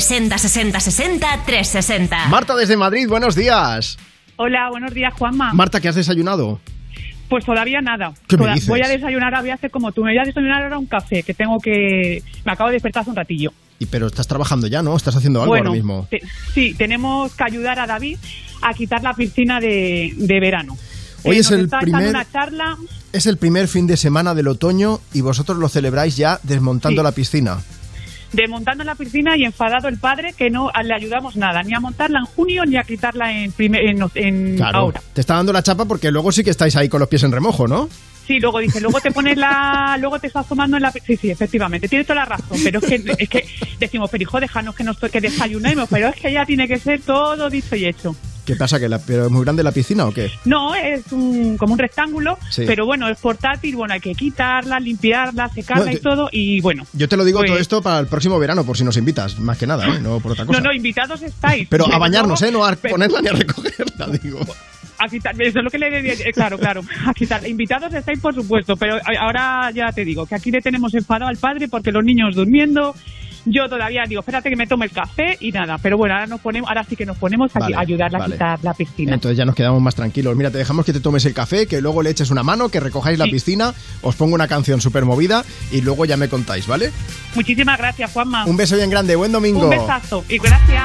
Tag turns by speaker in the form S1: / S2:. S1: 60 60 60 360.
S2: Marta desde Madrid, buenos días.
S3: Hola, buenos días, Juanma.
S2: Marta, ¿qué has desayunado?
S3: Pues todavía nada.
S2: ¿Qué me
S3: Toda-
S2: dices?
S3: Voy a desayunar, ahora voy a hacer como tú. Me voy a desayunar ahora un café, que tengo que... Me acabo de despertar hace un ratillo.
S2: Y pero estás trabajando ya, ¿no? Estás haciendo algo
S3: bueno,
S2: ahora mismo.
S3: te- sí, tenemos que ayudar a David a quitar la piscina de, de verano. Eh,
S2: Hoy es
S3: nos
S2: el
S3: está echando
S2: primer-
S3: una charla...
S2: Es el primer fin de semana del otoño y vosotros lo celebráis ya desmontando
S3: Sí.
S2: la piscina.
S3: Desmontando la piscina y enfadado el padre que no le ayudamos nada, ni a montarla en junio ni a quitarla en, primer- en, en
S2: Claro.
S3: ahora.
S2: Te está dando la chapa porque luego sí que estáis ahí con los pies en remojo, ¿no?
S3: Sí, luego dice, luego te pones la, luego te estás tomando en la, sí, sí, efectivamente, tiene toda la razón, pero es que, es que decimos, pero hijo, déjanos que nos que desayunemos, pero es que ya tiene que ser todo dicho y hecho.
S2: ¿Qué pasa? ¿Que la, pero es muy grande la piscina o qué?
S3: No, es un, como un rectángulo,
S2: Sí.
S3: pero bueno, es portátil, bueno, hay que quitarla, limpiarla, secarla
S2: Bueno,
S3: y
S2: te-
S3: todo, y bueno.
S2: Yo te lo digo
S3: Pues-
S2: todo esto para el próximo verano, por si nos invitas, más que nada, ¿eh? No por otra cosa.
S3: No, no, invitados estáis.
S2: pero a bañarnos,
S3: luego-
S2: ¿eh? No a
S3: pero-
S2: ponerla ni a recogerla, digo.
S3: a quitar, eso es lo que le debía, eh, claro, claro, a quitar. Invitados estáis, por supuesto, pero a- ahora ya te digo que aquí le tenemos enfadado al padre porque los niños durmiendo. Yo todavía digo, espérate que me tome el café y nada. Pero bueno, ahora nos ponemos, ahora sí que nos ponemos a qui-
S2: Vale,
S3: a ayudarla
S2: vale.
S3: a quitar la piscina.
S2: Entonces ya nos quedamos más tranquilos. Mira, te dejamos que te tomes el café, que luego le eches una mano, que recojáis la
S3: Sí.
S2: piscina, os pongo una canción súper movida y luego ya me contáis, ¿vale?
S3: Muchísimas gracias, Juanma.
S2: Un beso bien grande, buen domingo.
S3: Un Ah. besazo y gracias.